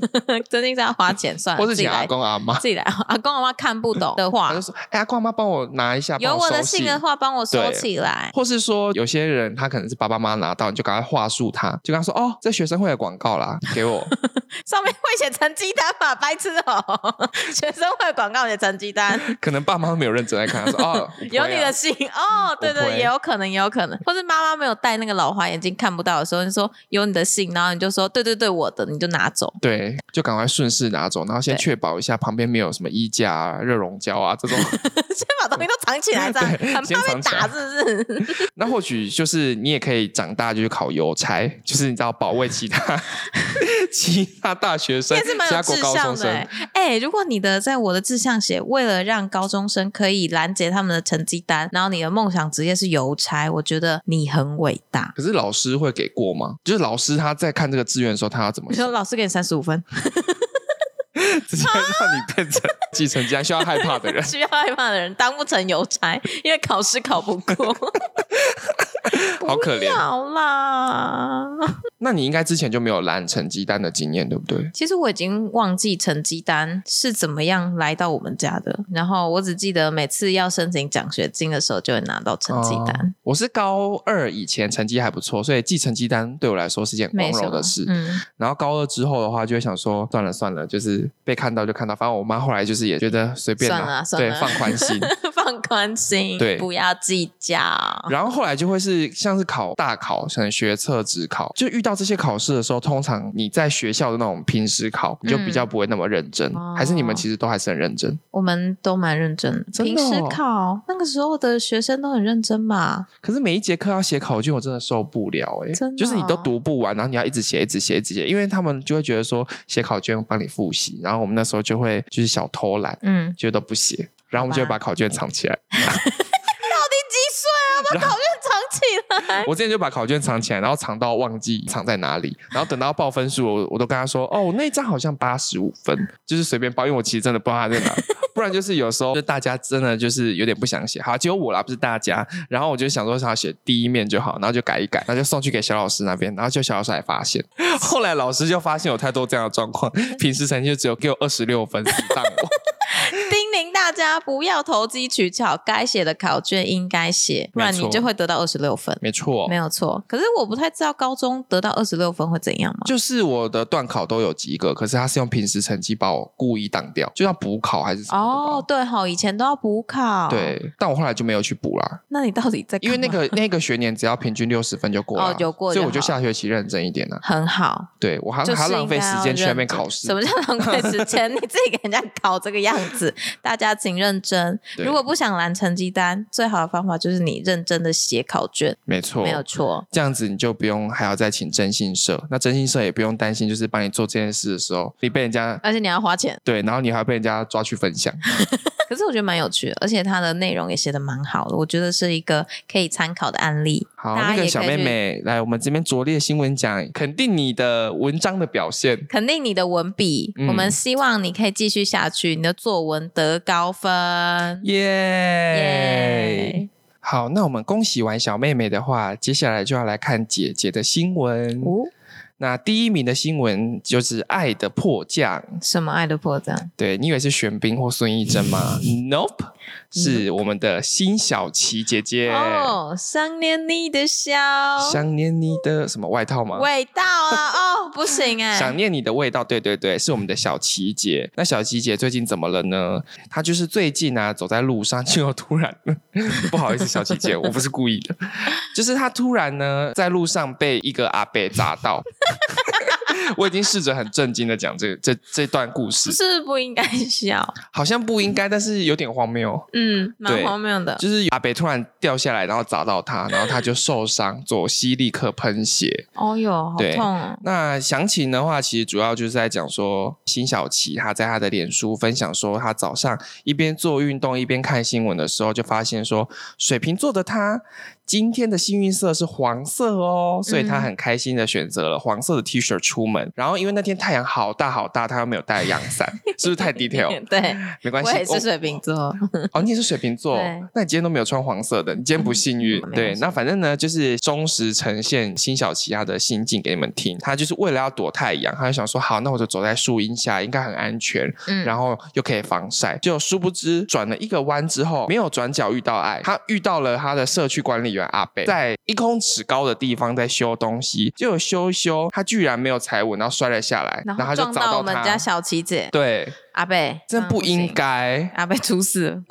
Speaker 3: 真的是要花钱算
Speaker 1: <laughs>
Speaker 3: 了，
Speaker 1: 或是
Speaker 3: 自己
Speaker 1: 请阿
Speaker 3: 来
Speaker 1: 公阿妈。
Speaker 3: 自己来。阿公阿妈看不懂的
Speaker 1: 他
Speaker 3: 话
Speaker 1: 就，说：“哎、阿公阿妈，帮我拿一下，
Speaker 3: 有
Speaker 1: 帮我
Speaker 3: 我的
Speaker 1: 收
Speaker 3: 信的
Speaker 1: 信
Speaker 3: 话，帮我收
Speaker 1: 对
Speaker 3: 起来。
Speaker 1: 或是说有些人他可能是爸爸妈妈拿到，你就赶快话术他，就跟他说哦，这学生会的广告啦，给
Speaker 3: <laughs>
Speaker 1: 我。
Speaker 3: 上面会写成绩单吧，白痴哦！ <laughs> 学生会广告写成绩单，
Speaker 1: 可能爸妈没有认真在看，他说
Speaker 3: <laughs>
Speaker 1: 哦，我不
Speaker 3: 有
Speaker 1: 会
Speaker 3: 你
Speaker 1: 啊
Speaker 3: 的信哦。对
Speaker 1: 我
Speaker 3: 对，
Speaker 1: 会
Speaker 3: 也有可能，也有可能，或是妈妈没有戴那个老花眼镜看不到的时候，你说有你的信，然后你就说对对对，我的，你就拿走。 <laughs>
Speaker 1: 对，就赶快顺势拿走，然后先
Speaker 3: 对
Speaker 1: 确保一下旁边没有什么衣架啊、热熔胶啊
Speaker 3: <laughs>
Speaker 1: 这种。
Speaker 3: 先把东西都藏起来，这样
Speaker 1: 对
Speaker 3: 很
Speaker 1: 先
Speaker 3: 怕被
Speaker 1: 藏起来
Speaker 3: 打，是不是？
Speaker 1: 那或许就是你也可以长大就去考邮差，就是你知道保卫其
Speaker 3: <laughs>
Speaker 1: 他 <laughs> 其他大学生、
Speaker 3: 也是蛮
Speaker 1: 其
Speaker 3: 有
Speaker 1: 他国
Speaker 3: 志
Speaker 1: 高中
Speaker 3: 向的
Speaker 1: 生。
Speaker 3: 欸。哎、如果你的在我的志向写，为了让高中生可以拦截他们的成绩单，然后你的梦想职业是邮差，我觉得你很伟大。
Speaker 1: 可是老师会给过吗？就是老师他在看这个志愿的时候，他要怎么
Speaker 3: 你说老师给你三十
Speaker 1: <laughs>
Speaker 3: 五分，？
Speaker 1: 直接让你变成继承家需要害怕的人
Speaker 3: <laughs> 需要害怕的人当不成邮差，因为考试考不过。
Speaker 1: <laughs> 好可怜。
Speaker 3: 好啦，
Speaker 1: 那你应该之前就没有拦成绩单的经验，对不对？
Speaker 3: 其实我已经忘记成绩单是怎么样来到我们家的，然后我只记得每次要申请奖学金的时候就会拿到成绩单，
Speaker 1: 哦我是高二以前成绩还不错，所以寄成绩单对我来说是件光
Speaker 3: 没什
Speaker 1: 荣
Speaker 3: 么
Speaker 1: 的事。
Speaker 3: 嗯，
Speaker 1: 然后高二之后的话，就会想说算了算了，就是被看到就看到。反正我妈后来就是也觉得随便
Speaker 3: 算了
Speaker 1: 啦，
Speaker 3: 啊算
Speaker 1: 对
Speaker 3: 了，
Speaker 1: 放宽
Speaker 3: <laughs>
Speaker 1: 心。
Speaker 3: 放宽心，
Speaker 1: 对
Speaker 3: 不要计较。
Speaker 1: 然后后来就会是像是考大考，可能学测、职考，就遇到这些考试的时候，通常你在学校的那种平时考，你就比较不会那么认真，
Speaker 3: 嗯哦
Speaker 1: 还是你们其实都还是很认真？
Speaker 3: 我们都蛮认真的，
Speaker 1: 真
Speaker 3: 平
Speaker 1: 的哦
Speaker 3: 时考那个时候的学生都很认真嘛。
Speaker 1: 可是每一节课要写考卷，我真的受不了哎、
Speaker 3: 真的哦
Speaker 1: 就是你都读不完，然后你要一直写、一直写、一直写，因为他们就会觉得说写考卷帮你复习，然后我们那时候就会就是小偷懒，
Speaker 3: 嗯，
Speaker 1: 就都不写，然后我们就会
Speaker 3: 好吧
Speaker 1: 把考卷藏起来。
Speaker 3: 到底几岁啊？把考卷藏起来。
Speaker 1: 我之前就把考卷藏起来，然后藏到忘记藏在哪里，然后等到报分数，我我都跟他说，哦，我那一张好像八十五分，就是随便报，因为我其实真的不知道他在哪。不然就是有时候就大家真的就是有点不想写，好，只有我啦，不是大家。然后我就想说想要写第一面就好，然后就改一改，然后就送去给小老师那边，然后就小老师还发现，后来老师就发现有太多这样的状况，平时成绩就只有给我二十六分，死当我。
Speaker 3: 叮咛大家不要投机取巧，该写的考卷应该写，不然
Speaker 1: 没
Speaker 3: 你
Speaker 1: 错哦
Speaker 3: 就会得到二十六分。
Speaker 1: 没错
Speaker 3: 没，有错，可是我不太知道高中得到二十六分会怎样嘛？
Speaker 1: 就是我的段考都有及格，可是他是用平时成绩把我故意挡掉，就像补考还是什么
Speaker 3: 哦，
Speaker 1: 的吧。
Speaker 3: 对哈，以前都要补考。，
Speaker 1: 对，但我后来就没有去补啦，
Speaker 3: 那你到底在干
Speaker 1: 因
Speaker 3: 嘛
Speaker 1: 为那
Speaker 3: <laughs>
Speaker 1: 个那个学年只要平均六十分就过了啊，
Speaker 3: 哦就过就
Speaker 1: 所以我就
Speaker 3: 好
Speaker 1: 下学期认真一点啦。
Speaker 3: 很好，
Speaker 1: 对我还
Speaker 3: 就是
Speaker 1: 还要浪费时间去那边
Speaker 3: 应该要啊
Speaker 1: 考
Speaker 3: 认真
Speaker 1: 试
Speaker 3: 什，么叫浪费时间？ <laughs> 你自己给人家搞这个样子，大家请认真。
Speaker 1: 对
Speaker 3: 如果不想拦成绩单，最好的方法就是你认真的写考卷，
Speaker 1: 没错
Speaker 3: 没，有错。
Speaker 1: 这样子你就不用还要再请征信社，那征信社也不用担心，就是帮你做这件事的时候，你被人家
Speaker 3: 而且你要花钱，
Speaker 1: 对，然后你还被人家抓去分享。
Speaker 3: 可是我觉得蛮有趣的，而且它的内容也写的蛮好的，我觉得是一个可以参考的案例。
Speaker 1: 好，
Speaker 3: 大家
Speaker 1: 那
Speaker 3: 也
Speaker 1: 个
Speaker 3: 可
Speaker 1: 小
Speaker 3: 以
Speaker 1: 妹
Speaker 3: 去
Speaker 1: 妹来，我们这边拙劣新闻奖，肯定你的文章的表现。
Speaker 3: 肯定你的文笔，
Speaker 1: 嗯
Speaker 3: 我们希望你可以继续下去，你的作文得高分。
Speaker 1: 耶、
Speaker 3: 耶！
Speaker 1: 好，那我们恭喜完小妹妹的话，接下来就要来看姐姐的新闻。
Speaker 3: 哦，
Speaker 1: 那第一名的新闻就是《爱的迫降》，
Speaker 3: 什么爱的迫降？
Speaker 1: 对你以为是玄彬或孙艺珍 <laughs> 吗？Nope，是我们的辛晓琪姐姐。
Speaker 3: 哦，想念你的笑，
Speaker 1: 想念你的什么外套吗？
Speaker 3: 味道啊！哦，不行
Speaker 1: <laughs>
Speaker 3: 哎、
Speaker 1: 想念你的味道，对对对，是我们的小琪姐。那小琪姐最近怎么了呢？她就是最近啊，走在路上就突然， <laughs> 不好意思，小琪姐，我不是故意的，就是她突然呢，在路上被一个阿伯砸到。 <laughs> 我已经试着很震惊的讲这个这这段故事
Speaker 3: 是不，是不应该
Speaker 1: <laughs>
Speaker 3: 笑？
Speaker 1: 好像不应该，但是有点荒谬。
Speaker 3: 嗯，蛮
Speaker 1: 对
Speaker 3: 荒谬的。
Speaker 1: 就是阿北突然掉下来，然后砸到他，然后他就受伤，左膝立刻喷血。
Speaker 3: 哦哟，好
Speaker 1: 对
Speaker 3: 痛哦！
Speaker 1: 那详情的话，其实主要就是在讲说，辛晓琪她在她的脸书分享说，她早上一边做运动一边看新闻的时候，就发现说，水瓶座的她今天的幸运色是黄色哦，所以她
Speaker 3: 嗯
Speaker 1: 很开心的选择了黄色的 T 恤出门。然后因为那天太阳好大好大，她又没有带阳
Speaker 3: <laughs>
Speaker 1: 伞，是不是太 detail？
Speaker 3: 对，
Speaker 1: 没关
Speaker 3: 我
Speaker 1: 系，
Speaker 3: 也是
Speaker 1: 哦
Speaker 3: 水瓶座。
Speaker 1: 哦，你也是水瓶座哦
Speaker 3: 对，
Speaker 1: 那你今天都没有穿黄色的，你今天不幸运。
Speaker 3: 嗯没
Speaker 1: 对
Speaker 3: 关，系
Speaker 1: 那反正呢，就是忠实呈现辛晓琪她的心境给你们听。她就是为了要躲太阳，她就想说，好，那我就走在树荫下，应该很安全，
Speaker 3: 嗯，
Speaker 1: 然后又可以防晒。就殊不知转了一个弯之后，没有转角遇到爱，她遇到了她的社区管理员阿贝，在一公尺高的地方在修东西，结果修一修，她居然没有踩稳，然后摔了下来，
Speaker 3: 然
Speaker 1: 后她
Speaker 3: 后
Speaker 1: 就
Speaker 3: 撞
Speaker 1: 砸
Speaker 3: 我们
Speaker 1: 她
Speaker 3: 家小琪姐
Speaker 1: 对，
Speaker 3: 阿贝，
Speaker 1: 这
Speaker 3: 样
Speaker 1: 不应
Speaker 3: 行。
Speaker 1: 该。
Speaker 3: 阿贝出事了，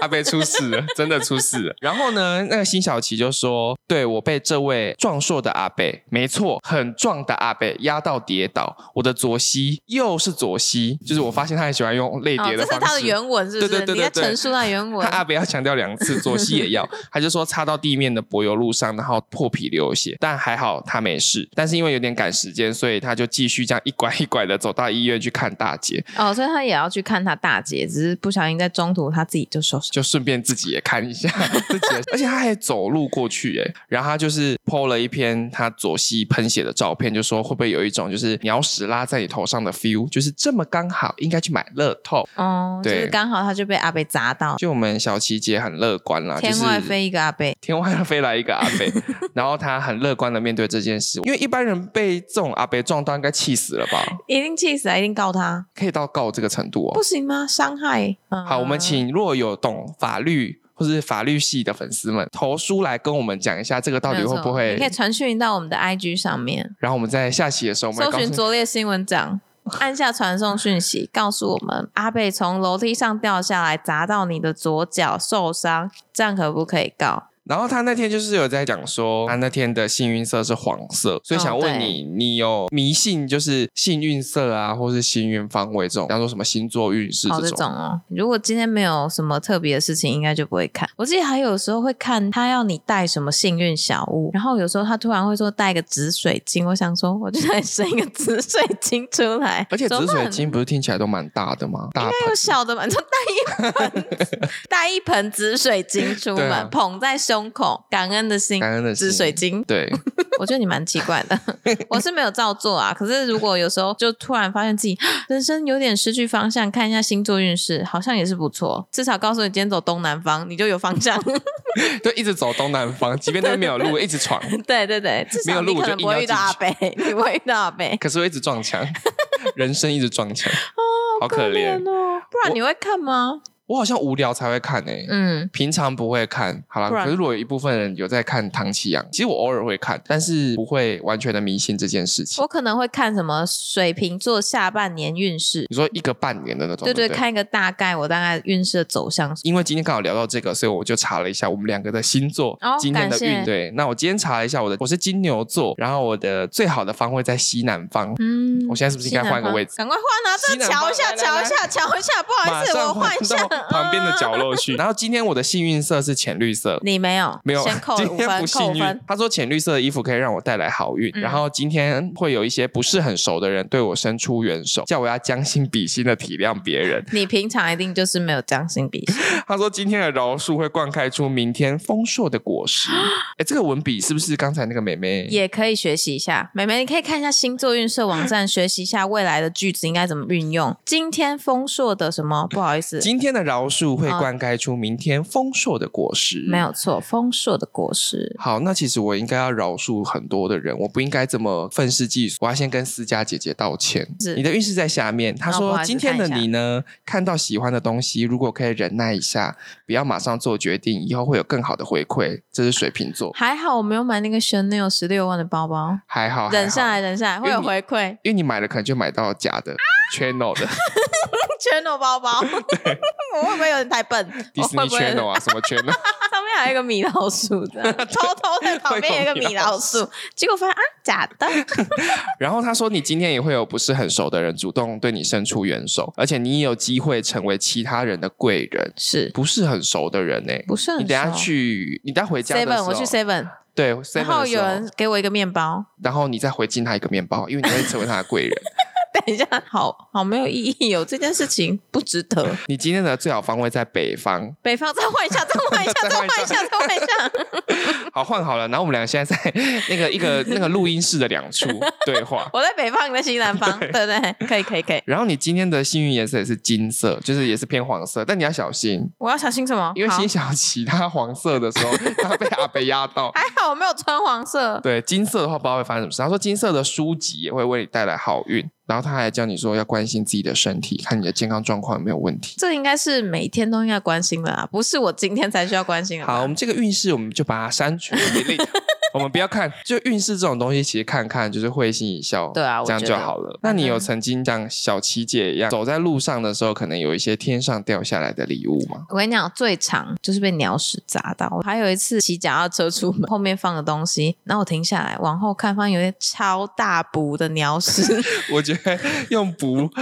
Speaker 1: 阿贝出事了，真的出事了。然后呢，那个辛晓琪就说：“对我被这位壮硕的阿贝，没错，很壮的阿贝压到跌倒，我的左膝又是左膝，就是我发现他很喜欢用类
Speaker 3: 哦，
Speaker 1: 叠
Speaker 3: 这
Speaker 1: 的方式。
Speaker 3: 是他的原文，是不
Speaker 1: 对
Speaker 3: 是？
Speaker 1: 对对对
Speaker 3: 你在
Speaker 1: 对
Speaker 3: 陈述他的原文
Speaker 1: 他。阿北要强调两次，左膝也要。他就说擦到地面的柏油路上，然后破皮流血，但还好他没事。但是因为有点赶时间，所以他就继续这样一拐一拐的走到医院去看大姐，
Speaker 3: 哦，所以他也要去看他大姐，只是不小心在中途他自己就受伤。
Speaker 1: 就顺便自己也看一下 <laughs> 自己的，而且他还走路过去哎，然后他就是 PO 了一篇他左膝喷血的照片，就说会不会有一种就是鸟屎拉在你头上的 feel，就是这么刚好，应该去买乐透。
Speaker 3: 哦，就
Speaker 1: 对
Speaker 3: 是刚好他就被阿贝砸到，
Speaker 1: 就我们小琪姐很乐观啦，
Speaker 3: 天外飞一个阿贝。
Speaker 1: 就是、天外飞来一个阿贝，然后她很乐观的面对这件事，因为一般人被这种阿贝撞到应该气死了吧？
Speaker 3: 一定气死啊！一定告他，
Speaker 1: 可以到告这个程度
Speaker 3: 不
Speaker 1: 哦。
Speaker 3: 行吗？伤害。嗯
Speaker 1: 好，我们请若有懂法律。或是法律系的粉丝们投书来跟我们讲一下，这个到底会不
Speaker 3: 没有错
Speaker 1: 会
Speaker 3: 你可以传讯到我们的 IG 上面，
Speaker 1: 然后我们在下期的时候，我们来
Speaker 3: 搜
Speaker 1: 告诉
Speaker 3: 寻
Speaker 1: 你
Speaker 3: 拙劣新闻奖，按下传送讯息，告诉我们阿贝从楼梯上掉下来砸到你的左脚受伤，这样可不可以告？
Speaker 1: 然后他那天就是有在讲说，他那天的幸运色是黄色，
Speaker 3: 哦
Speaker 1: 所以想问你，你有迷信就是幸运色啊，或是幸运方位这种，当做什么星座运势
Speaker 3: 哦，
Speaker 1: 这
Speaker 3: 这
Speaker 1: 种？
Speaker 3: 种哦，如果今天没有什么特别的事情，应该就不会看。我记得还有时候会看他要你带什么幸运小物，然后有时候他突然会说带个紫水晶，我想说我就再 <laughs> 生一个紫水晶出来，
Speaker 1: 而且
Speaker 3: 怎
Speaker 1: 紫
Speaker 3: 么办
Speaker 1: 水晶不是听起来都蛮大的吗？大 <laughs>
Speaker 3: 有
Speaker 1: 盆
Speaker 3: 小的嘛，你就带一
Speaker 1: 啊
Speaker 3: 盆带一盆紫水晶出
Speaker 1: 对
Speaker 3: 门，
Speaker 1: 啊
Speaker 3: 捧在胸口，感恩的心，
Speaker 1: 感恩的心。
Speaker 3: 紫水晶
Speaker 1: <laughs> 对，
Speaker 3: 我觉得你蛮奇怪
Speaker 1: <laughs>
Speaker 3: 的，我是没有照做啊。可是如果有时候就突然发现自己 <gasps> 人生有点失去方向，看一下星座运势，好像也是不错。至少告诉你今天走东南方，你就有方
Speaker 1: <laughs>
Speaker 3: 向。
Speaker 1: 就一直走东南方，即便都没有路，一直闯，
Speaker 3: 对对对，至
Speaker 1: 没有
Speaker 3: 少
Speaker 1: 路
Speaker 3: 你
Speaker 1: 我
Speaker 3: 可
Speaker 1: 就
Speaker 3: 能不会
Speaker 1: 硬要
Speaker 3: 遇到阿北，你不会遇到阿北，
Speaker 1: 可是我一直撞墙， <laughs> 人生一直撞墙，好
Speaker 3: 好
Speaker 1: 可怜。
Speaker 3: 哦。不然你会看吗？
Speaker 1: 我好像无聊才会看欸诶、
Speaker 3: 嗯，
Speaker 1: 平常不会看，好啦，
Speaker 3: 不然
Speaker 1: 可是如果有一部分人有在看唐奇阳，其实我偶尔会看，但是不会完全的迷信这件事情。
Speaker 3: 我可能会看什么水瓶座下半年运势。
Speaker 1: 你说一个半年的那种，
Speaker 3: 对
Speaker 1: 对
Speaker 3: 对，
Speaker 1: 不对。
Speaker 3: 看一个大概，我大概运势的走向是。
Speaker 1: 因为今天刚好聊到这个，所以我就查了一下我们两个的星座、
Speaker 3: 哦
Speaker 1: 今天的
Speaker 3: 感谢
Speaker 1: 运。对，那我今天查了一下我的，我是金牛座，然后我的最好的方位在西南方。
Speaker 3: 嗯
Speaker 1: 我现在是不是应该换个位置？
Speaker 3: 赶快换啊！
Speaker 1: 西
Speaker 3: 这
Speaker 1: 南
Speaker 3: 瞧一下，
Speaker 1: 方来来
Speaker 3: 瞧一下，瞧一下，不好
Speaker 1: 马
Speaker 3: 意思，
Speaker 1: 上
Speaker 3: 我换一下
Speaker 1: 到。旁边的角落
Speaker 3: <laughs>
Speaker 1: 去。然后今天我的幸运色是浅绿色
Speaker 3: 嗯，。你没有，
Speaker 1: 没有
Speaker 3: 先扣，
Speaker 1: 今
Speaker 3: 五
Speaker 1: 天
Speaker 3: 分，
Speaker 1: 不
Speaker 3: 扣
Speaker 1: 幸
Speaker 3: 五
Speaker 1: 运
Speaker 3: 分。。
Speaker 1: 他说浅绿色的衣服可以让我带来好运，
Speaker 3: 嗯
Speaker 1: 然后今天会有一些不是很熟的人对我伸出援手，叫我要将心比心的体谅别人。 <laughs>
Speaker 3: 你平常一定就是没有将心比心，
Speaker 1: 他说今天的饶恕会灌溉出明天丰硕的果实。哎，这个文笔是不是刚才那个妹妹？
Speaker 3: 也可以学习一下。美美，你可以看一下星座运势网站，学习一下未来的句子应该怎么运用。今天丰硕的什么？不好意思，
Speaker 1: 今天的饶树会
Speaker 3: 嗯
Speaker 1: 灌溉出明天丰硕的果实。
Speaker 3: 没有错，丰硕的果实。
Speaker 1: 好，那其实我应该要饶恕很多的人，我不应该这么愤世嫉俗。我要先跟思佳姐姐道歉。
Speaker 3: 是哦
Speaker 1: 你的运势在下面，她
Speaker 3: 那我不
Speaker 1: 说
Speaker 3: 好意思
Speaker 1: 今天的
Speaker 3: 看一下
Speaker 1: 你呢，看到喜欢的东西，如果可以忍耐一下，不要马上做决定，以后会有更好的回馈。这是水瓶座，
Speaker 3: 还好我没有买那个 Chanel 十六万的包包，
Speaker 1: 还好
Speaker 3: 忍下
Speaker 1: 下
Speaker 3: 来，忍啊下来会有回馈。
Speaker 1: 因为你买了可能就买到假的 Channel 的
Speaker 3: Chanel
Speaker 1: <laughs>
Speaker 3: 包包，我会不会有点太笨？
Speaker 1: 迪士尼
Speaker 3: <laughs> 我会不会
Speaker 1: Channel 啊，什
Speaker 3: <laughs>
Speaker 1: 么 Channel，
Speaker 3: 上面还有一个米老鼠
Speaker 1: <laughs>
Speaker 3: 的，偷偷在旁边有一个米老鼠，结果发现啊，假的。
Speaker 1: 然后他说，你今天也会有不是很熟的人主动对你伸出援手，而且你也有机会成为其他人的贵人。
Speaker 3: 是
Speaker 1: 不是很熟的人呢、欸
Speaker 3: 不是很
Speaker 1: 你等下
Speaker 3: 熟
Speaker 1: 去，你等下回家的时
Speaker 3: Seven，
Speaker 1: 候，
Speaker 3: 我去 Seven，
Speaker 1: 对
Speaker 3: 然
Speaker 1: seven
Speaker 3: 后
Speaker 1: 的时
Speaker 3: 有
Speaker 1: 候，
Speaker 3: 人给我一个面包。 <laughs>
Speaker 1: 然后你再回敬他一个面包，因为你会成为他的贵人。
Speaker 3: 等一下，好好没有意义哦，这件事情 <laughs> 不值得。
Speaker 1: 你今天的最好方位在北方，
Speaker 3: 北方再换一下，再换一下，
Speaker 1: <laughs> 再
Speaker 3: 再
Speaker 1: 换
Speaker 3: 换
Speaker 1: 一下
Speaker 3: 一下，再换一下。
Speaker 1: <laughs> 好换好了。然后我们两个现在在那个一个那个录音室的两处对
Speaker 3: <laughs>
Speaker 1: 话。
Speaker 3: 我在北方，你在西南方，对不对？可以，可以，可以。
Speaker 1: 然后你今天的幸运颜色也是金色，就是也是偏黄色，但你要小心，
Speaker 3: 我要小心什么？
Speaker 1: 因为
Speaker 3: 好
Speaker 1: 辛晓琪她黄色的时候，她被阿北压到。
Speaker 3: 还好我没有穿黄色。
Speaker 1: 对金色的话，不知道会发生什么事。他说金色的书籍也会为你带来好运，然后他还教你说要关心自己的身体，看你的健康状况有没有问题。
Speaker 3: 这应该是每天都应该关心的啊，不是我今天才需要关心的吧。
Speaker 1: 好，我们这个运势我们就把它删除
Speaker 3: <laughs>
Speaker 1: delete 我们不要看， <laughs> 就运势这种东西，其实看看就是会心一笑，
Speaker 3: 对啊我
Speaker 1: 这样
Speaker 3: 觉
Speaker 1: 就
Speaker 3: 得
Speaker 1: 好了。那
Speaker 3: 反
Speaker 1: 你有
Speaker 3: 正
Speaker 1: 曾经像小琪姐一样，走在路上的时候，可能有一些天上掉下来的礼物吗？ <laughs>
Speaker 3: 我跟你讲，最长就是被鸟屎砸到。我还有一次骑脚踏车出门，后面放的东西，然后我停下来往后看，发现有一些超大补的鸟屎。 <laughs>
Speaker 1: 我觉得用补 <laughs>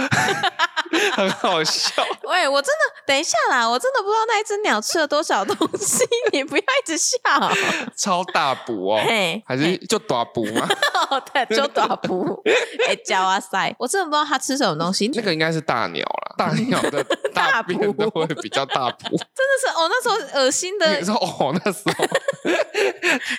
Speaker 1: 很好笑，
Speaker 3: 喂，我真的等一下啦，我真的不知道那一只鸟吃了多少东西， <laughs> 你不要一直笑。
Speaker 1: 超大补哦，
Speaker 3: <laughs> 嘿，
Speaker 1: 还是就大补
Speaker 3: <laughs>
Speaker 1: 吗？
Speaker 3: 哦，对，就大
Speaker 1: <laughs>
Speaker 3: 补，哎，叫哇塞，我真的不知道它吃什么东西。
Speaker 1: 那个应该是大鸟啦，大鸟的大
Speaker 3: <laughs> 大
Speaker 1: 便
Speaker 3: 补
Speaker 1: 都会比较大补。
Speaker 3: 真的是，哦，那时候恶心的
Speaker 1: 你说哦，那时候 <laughs>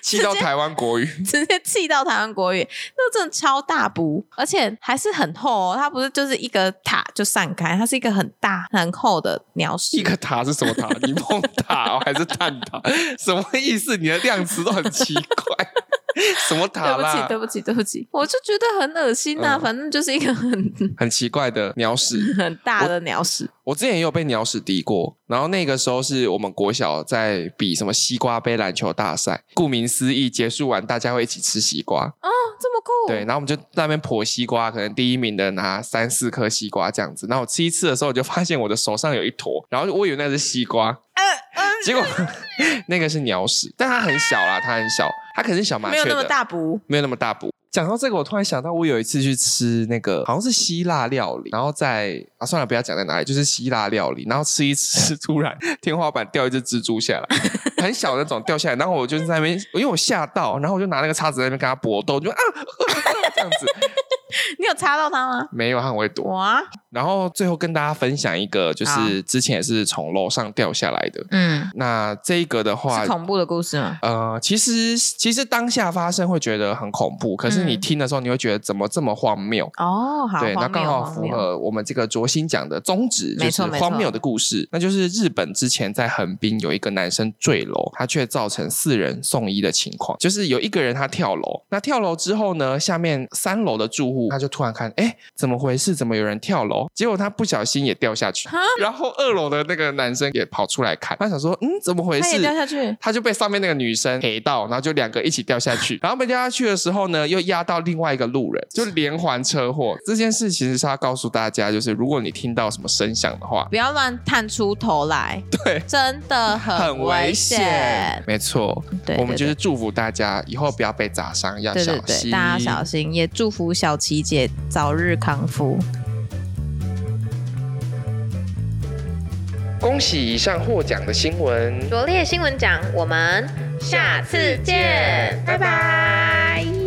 Speaker 1: 气到台湾国语。
Speaker 3: <laughs> 直接气到台湾国语，那真的超大补，而且还是很厚哦，它不是就是一个塔就散开，它是一个很大很厚的鸟
Speaker 1: 一
Speaker 3: 屎。
Speaker 1: 个塔是什么塔？柠檬塔、哦、还是蛋挞？什么意思？你的量词都很奇怪。什么
Speaker 3: 对
Speaker 1: 塔
Speaker 3: 不起，
Speaker 1: 啦
Speaker 3: 对？不起，对不起，我就觉得很恶心呐、
Speaker 1: 嗯
Speaker 3: 反正就是一个很 <laughs>
Speaker 1: 很奇怪的鸟屎。
Speaker 3: 很大的鸟屎，哦
Speaker 1: 我之前也有被鸟屎滴过，然后那个时候是我们国小在比什么西瓜杯篮球大赛，顾名思义，结束完大家会一起吃西瓜。
Speaker 3: 这么酷。
Speaker 1: 对，然后我们就在那边剖西瓜，可能第一名的拿三四颗西瓜这样子。然后我吃一次的时候，我就发现我的手上有一坨，然后我以为那是西瓜，
Speaker 3: 呃
Speaker 1: <laughs> 结果那个是鸟屎，但它很小啦，它很小，它可能是小麻
Speaker 3: 没
Speaker 1: 雀
Speaker 3: 有
Speaker 1: 的，
Speaker 3: 那么大补，
Speaker 1: 没有那么大补。讲到这个，我突然想到，我有一次去吃那个好像是希腊料理，然后在啊算了，不要讲在哪里，就是希腊料理，然后吃一吃， <laughs> 突然天花板掉一只蜘蛛下来，很小的那种掉下来，然后我就在那边，因为我吓到，然后我就拿那个叉子在那边跟它搏斗，我就啊 <laughs> 这样子，
Speaker 3: 你有插到它吗？啊
Speaker 1: 没有，它很会躲。
Speaker 3: 哇，
Speaker 1: 然后最后跟大家分享一个，就
Speaker 3: 好
Speaker 1: 是之前也是从楼上掉下来的。
Speaker 3: 嗯，
Speaker 1: 那这一个的话
Speaker 3: 是，恐怖的故事吗？
Speaker 1: 呃，其实其实当下发生会觉得很恐怖，可是你
Speaker 3: 嗯
Speaker 1: 听的时候，你会觉得怎么这么荒谬？
Speaker 3: 哦，好，
Speaker 1: 对，那
Speaker 3: 荒
Speaker 1: 刚
Speaker 3: 谬，
Speaker 1: 好
Speaker 3: 荒
Speaker 1: 符
Speaker 3: 谬。
Speaker 1: 合我们这个卓心讲的宗旨，就
Speaker 3: 没
Speaker 1: 是
Speaker 3: 错没
Speaker 1: 荒
Speaker 3: 错
Speaker 1: 谬的故事。那就是日本之前在横滨有一个男生坠楼，他却造成四人送医的情况。就是有一个人他跳楼，那跳楼之后呢，下面三楼的住户他就突然看，哎，怎么回事？怎么有人跳楼？结果他不小心也掉下去
Speaker 3: 哈，
Speaker 1: 然后二楼的那个男生也跑出来看，他想说，嗯，怎么回
Speaker 3: 它也
Speaker 1: 事？
Speaker 3: 掉下去，
Speaker 1: 他就被上面那个女生陪到，然后就两个一起掉下去， <laughs> 然后被掉下去的时候呢，又压到另外一个路人，就连环车祸。这件事其实是要告诉大家，就是如果你听到什么声响的话，
Speaker 3: 不要乱探出头来，
Speaker 1: 对，
Speaker 3: 真的
Speaker 1: <laughs>
Speaker 3: 很危险。
Speaker 1: 没错，
Speaker 3: 对，
Speaker 1: 我们
Speaker 3: 对
Speaker 1: 就是祝福大家以后不要被砸伤，要
Speaker 3: 对
Speaker 1: 小
Speaker 3: 对对，
Speaker 1: 心。
Speaker 3: 大家小心，也祝福小琪姐早日康复。
Speaker 1: 恭喜以上获奖的新闻。
Speaker 2: 拙劣新闻奖，我们下次见，拜拜